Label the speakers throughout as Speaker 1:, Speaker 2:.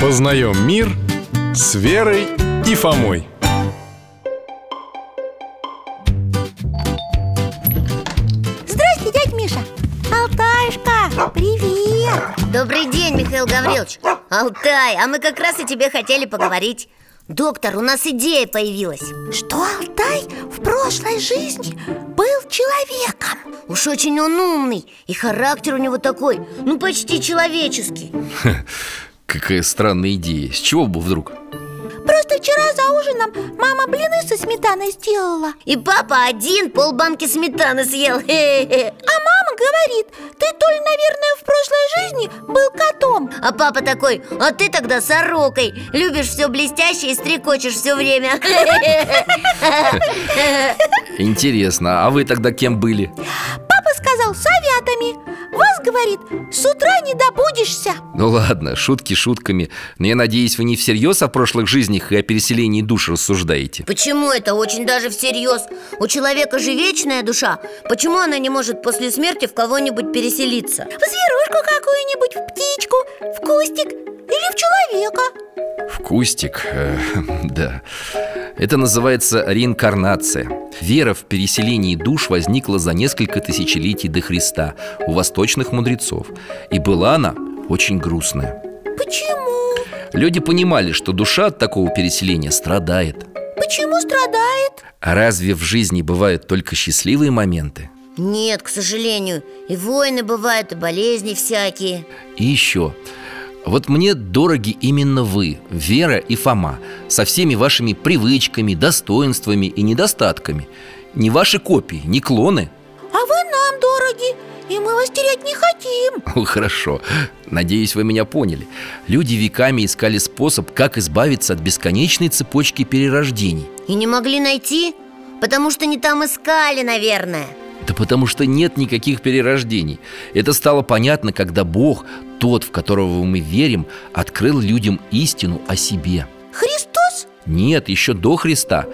Speaker 1: Познаем мир с Верой и Фомой.
Speaker 2: Здрасте, дядь Миша Алтаешка, привет
Speaker 3: Добрый день, Михаил Гаврилович Алтай, а мы как раз о тебе хотели поговорить Доктор, у нас идея появилась
Speaker 2: Что Алтай в прошлой жизни был человеком
Speaker 3: Уж очень он умный И характер у него такой, ну почти человеческий
Speaker 4: Какая странная идея. С чего бы вдруг?
Speaker 2: Просто вчера за ужином мама блины со сметаной сделала
Speaker 3: И папа один полбанки сметаны съел Хе-хе.
Speaker 2: А мама говорит, ты, Толь, наверное, в прошлой жизни был котом
Speaker 3: А папа такой, а ты тогда сорокой Любишь все блестящее и стрекочешь все время
Speaker 4: Интересно, а вы тогда кем были?
Speaker 2: Папа сказал с авиатами Вас, говорит, с утра не добудешься
Speaker 4: Ну ладно, шутки шутками Но я надеюсь, вы не всерьез о прошлых жизнях и о переселении душ рассуждаете
Speaker 3: Почему это очень даже всерьез? У человека же вечная душа Почему она не может после смерти в кого-нибудь переселиться?
Speaker 2: В зверушку какую-нибудь, в птичку, в кустик или в человека
Speaker 4: В кустик, э, да Это называется реинкарнация Вера в переселении душ возникла за несколько тысячелетий до Христа У восточных мудрецов И была она очень грустная
Speaker 2: Почему?
Speaker 4: Люди понимали, что душа от такого переселения страдает
Speaker 2: Почему страдает?
Speaker 4: А разве в жизни бывают только счастливые моменты?
Speaker 3: Нет, к сожалению И войны бывают, и болезни всякие
Speaker 4: И еще Вот мне дороги именно вы, Вера и Фома Со всеми вашими привычками, достоинствами и недостатками Не ваши копии, не клоны
Speaker 2: А вы нам дороги, и мы вас терять не хотим
Speaker 4: О, Хорошо, надеюсь, вы меня поняли Люди веками искали способ, как избавиться от бесконечной цепочки перерождений
Speaker 3: И не могли найти? Потому что не там искали, наверное
Speaker 4: Да потому что нет никаких перерождений Это стало понятно, когда Бог, тот, в которого мы верим, открыл людям истину о себе
Speaker 2: Христос?
Speaker 4: Нет, еще до Христа.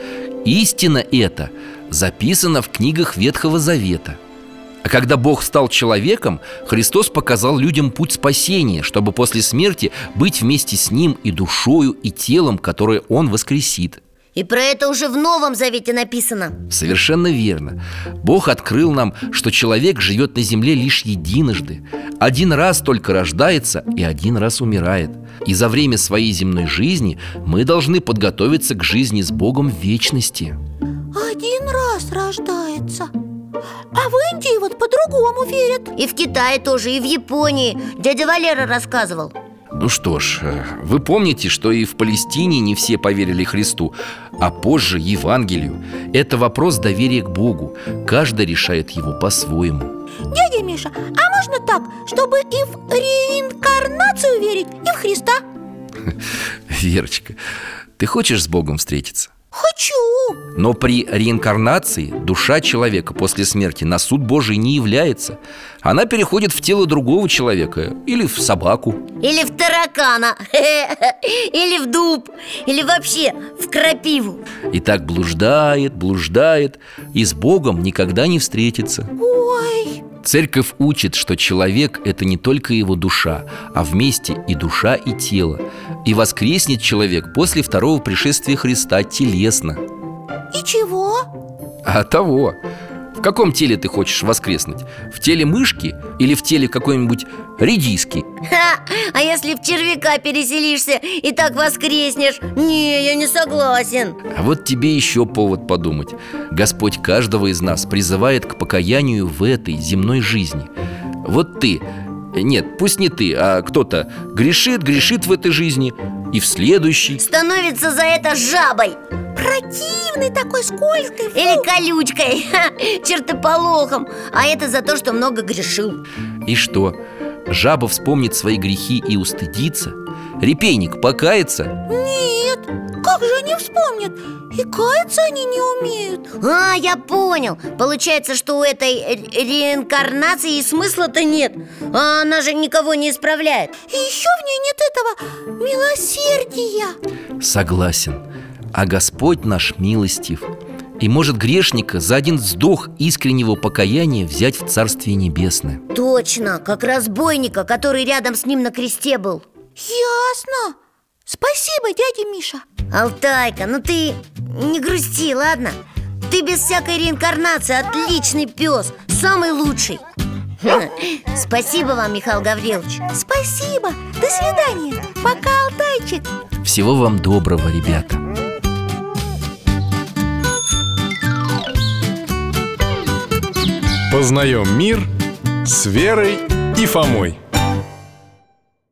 Speaker 4: Истина эта записана в книгах Ветхого Завета. А когда Бог стал человеком, Христос показал людям путь спасения, чтобы после смерти быть вместе с Ним и душою, и телом, которое Он воскресит.
Speaker 3: И про это уже в Новом Завете написано
Speaker 4: Совершенно верно. Бог открыл нам, что человек живет на земле лишь единожды. Один раз только рождается и один раз умирает. И за время своей земной жизни мы должны подготовиться к жизни с Богом в вечности.
Speaker 2: Один раз рождается А в Индии вот по-другому верят
Speaker 3: И в Китае тоже, и в Японии Дядя Валера рассказывал
Speaker 4: Ну что ж, э, вы помните, что и в Палестине не все поверили Христу, а позже Евангелию. Это вопрос доверия к Богу. Каждый решает его по-своему.
Speaker 2: Дядя Миша, а можно так, чтобы и в реинкарнацию верить, и в Христа?
Speaker 4: Верочка, ты хочешь с Богом встретиться?
Speaker 2: Хочу!
Speaker 4: Но при реинкарнации душа человека после смерти на суд Божий не является. Она переходит в тело другого человека или в собаку.
Speaker 3: Или в таракана Или в дуб Или вообще в крапиву
Speaker 4: И так блуждает, блуждает, и с Богом никогда не встретится.
Speaker 2: Ой,
Speaker 4: Церковь учит, что человек – это не только его душа, а вместе и душа, и тело. И воскреснет человек после второго пришествия Христа телесно.
Speaker 2: и чего?
Speaker 4: А того, в каком теле ты хочешь воскреснуть? В теле мышки или в теле какой-нибудь редиски?
Speaker 3: Ха! А если в червяка переселишься и так воскреснешь? Не, я не согласен
Speaker 4: А вот тебе еще повод подумать. Господь каждого из нас призывает к покаянию в этой земной жизни. Вот ты, нет, пусть не ты, а кто-то грешит, грешит в этой жизни и в следующей.
Speaker 3: Становится за это жабой
Speaker 2: Противный такой, скользкий фу.
Speaker 3: Или колючкой, ха, чертополохом А это за то, что много грешил
Speaker 4: И что? Жаба вспомнит свои грехи и устыдится? Репейник покается?
Speaker 2: Нет, как же они вспомнят? И каяться они не умеют
Speaker 3: А, я понял Получается, что у этой ре- реинкарнации и смысла-то нет А она же никого не исправляет
Speaker 2: И еще в ней нет этого милосердия
Speaker 4: Согласен. А Господь наш милостив. И может грешника за один вздох искреннего покаяния взять в Царствие Небесное.
Speaker 3: Точно, как разбойника, который рядом с ним на кресте был
Speaker 2: Ясно Спасибо, дядя Миша
Speaker 3: Алтайка, ну ты не грусти, ладно? Ты без всякой реинкарнации отличный пес, самый лучший. Спасибо вам, Михаил Гаврилович.
Speaker 2: Спасибо, до свидания Пока, Алтайчик
Speaker 4: Всего вам доброго, ребята
Speaker 1: Познаем мир с Верой и Фомой